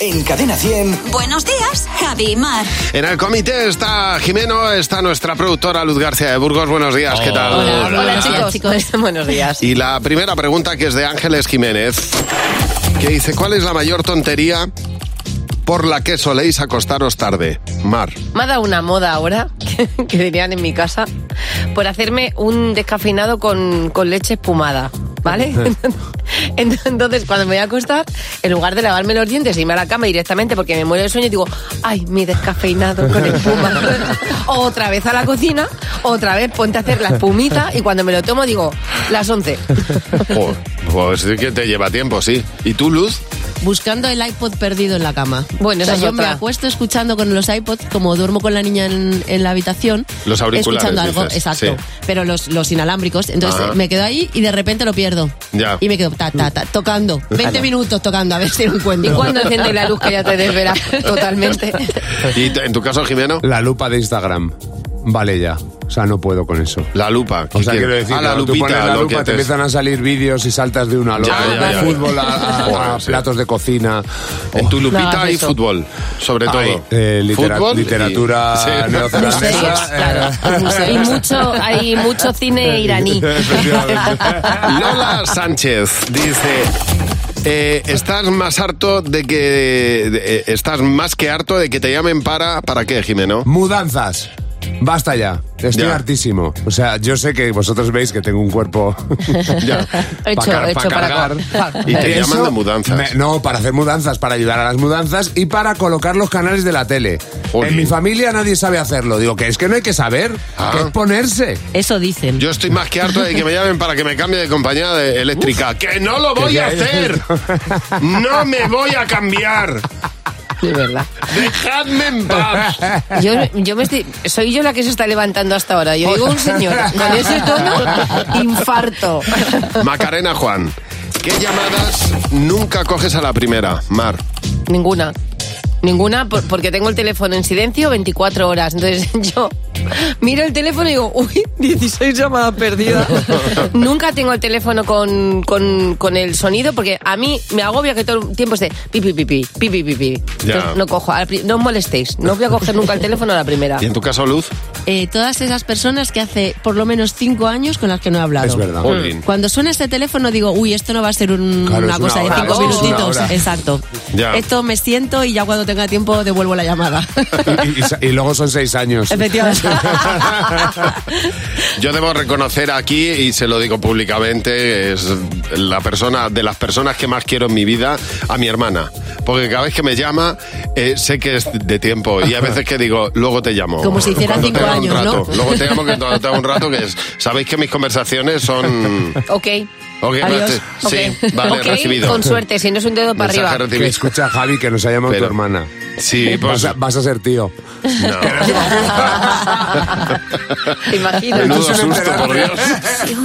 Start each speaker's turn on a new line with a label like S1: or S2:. S1: En Cadena 100.
S2: Buenos días, Javi y Mar.
S3: En el comité está Jimeno, está nuestra productora Luz García de Burgos. Buenos días, ¿qué tal?
S4: Hola, chicos. Buenos días.
S3: Y la primera pregunta que es de Ángeles Jiménez, que dice, ¿cuál es la mayor tontería por la que soléis acostaros tarde? Mar.
S4: Me ha dado una moda ahora, que dirían en mi casa, por hacerme un descafeinado con, con leche espumada. ¿Vale? Entonces, cuando me voy a acostar, en lugar de lavarme los dientes y irme a la cama directamente porque me muero de sueño, digo, ay, mi descafeinado con espuma. O otra vez a la cocina, otra vez ponte a hacer la espumita y cuando me lo tomo digo, las 11.
S3: Jo, Pues sí que te lleva tiempo, sí. ¿Y tú, Luz?
S5: Buscando el iPod perdido en la cama.
S4: Bueno,
S5: o sea,
S4: esa es
S5: yo me
S4: otra.
S5: acuesto escuchando con los iPods, como duermo con la niña en, en la habitación.
S3: Los auriculares,
S5: Escuchando algo,
S3: dices,
S5: exacto.
S3: sí.
S5: Pero los, los inalámbricos. Entonces
S3: Ajá.
S5: eh, me quedo ahí y de repente lo pierdo.
S3: Ya.
S5: Y me quedo ta, ta, ta, tocando. 20 minutos tocando, a ver si lo encuentro.
S4: ¿Y cuando enciende la luz que ya te desvelas totalmente?
S3: ¿Y t- en tu caso, Jimeno?
S6: La lupa de Instagram. Vale ya. O sea, no puedo con eso.
S3: La lupa.
S6: O sea,
S3: ¿Qué-
S6: quiero decir,
S3: Ah, la
S6: cuando tú pones
S3: lupita,
S6: la
S3: lo
S6: lupa,
S3: que
S6: te
S3: te-
S6: empiezan a salir vídeos y saltas de una loca.
S3: Ya,
S4: ya, ya.
S6: de fútbol a, a-
S3: Joder,
S6: a
S3: sí.
S6: platos de cocina.
S3: En tu
S4: No
S3: lupita
S4: hagas
S3: hay
S4: eso.
S3: fútbol, sobre todo.
S6: Ay, eh, litera-
S3: Fútbol y-
S6: literatura
S3: Sí.
S6: neozelandesa.
S4: Museos, claro.
S6: eh,
S4: Y mucho, hay mucho cine iraní.
S6: efectivamente.
S3: Lola Sánchez dice. eh, estás más harto de que de- eh, estás más que harto de que te llamen para para qué Jimeno
S6: Mudanzas. Basta ya. Estoy
S3: Ya.
S6: hartísimo. O sea, yo sé que vosotros veis que tengo un cuerpo
S3: Ya.
S4: Hecho,
S6: car-
S4: hecho para
S6: cargar.
S4: car-
S3: Y te
S6: Eso
S3: llaman de mudanzas.
S6: me- no, para hacer mudanzas, para ayudar a las mudanzas y para colocar los canales de la tele.
S3: Jolín.
S6: En mi familia nadie sabe hacerlo. Digo, que es que no hay que saber,
S3: Ah.
S6: que es ponerse.
S5: Eso dicen.
S3: Yo estoy más que harto de que me llamen para que me cambie de compañía de eléctrica. ¡Que no lo voy
S6: Que
S3: a
S6: ya-
S3: hacer! ¡No me voy a cambiar!
S4: De verdad.
S3: ¡Dejadme en paz!
S4: Yo, yo me estoy, soy yo la que se está levantando hasta ahora. Yo digo un señor con ese tono, infarto.
S3: Macarena Juan, ¿qué llamadas nunca coges a la primera, Mar?
S4: Ninguna. Ninguna, por- porque tengo el teléfono en silencio 24 horas. Entonces yo miro el teléfono y digo, uy, 16 llamadas perdidas. Nunca tengo el teléfono con, con, con el sonido, porque a mí me agobia que todo el tiempo esté pipi, pipi, pipi, pipi.
S3: Ya.
S4: Entonces, No cojo, a la pri- no os molestéis. No voy a coger nunca el teléfono a la primera.
S3: ¿Y en tu caso, Luz?
S5: Eh, todas esas personas que hace por lo menos cinco años con las que no he hablado.
S6: Es verdad.
S3: Jolín.
S5: Cuando suena este teléfono digo, uy, esto no va a ser un-
S6: Claro,
S5: una
S6: es una
S5: cosa
S6: hora,
S5: de cinco
S4: es una
S5: minutitos.
S6: hora.
S5: Exacto.
S3: Ya.
S5: Esto me siento y ya cuando tenga tiempo devuelvo la llamada.
S6: Y, y- y luego son seis años.
S5: Efectivamente.
S3: Yo debo reconocer aquí, y se lo digo públicamente, es la persona, de las personas que más quiero en mi vida, a mi hermana. Porque cada vez que me llama, eh, sé que es de tiempo. Y a veces que digo, luego te llamo.
S5: Como si hiciera
S3: Cuando
S5: cinco
S3: tenga un
S5: años, ¿no?
S3: rato. Luego te llamo que cuando tenga un rato, que es- sabéis que mis conversaciones son...
S4: Ok.
S3: Ok,
S4: Adiós.
S3: no te- sí,
S4: Ok.
S3: vale,
S4: Ok,
S3: recibido.
S4: Con suerte, si no es un dedo para
S3: Mensaje
S4: arriba.
S3: recibido.
S6: Que escucha Javi que nos ha llamado
S3: Pero-
S6: tu hermana.
S3: Sí, pues...
S6: Vas a, vas a ser tío.
S3: no.
S4: Te imagino.
S3: Menudo
S6: Tú se
S3: susto, por
S6: enteraste.
S3: Dios.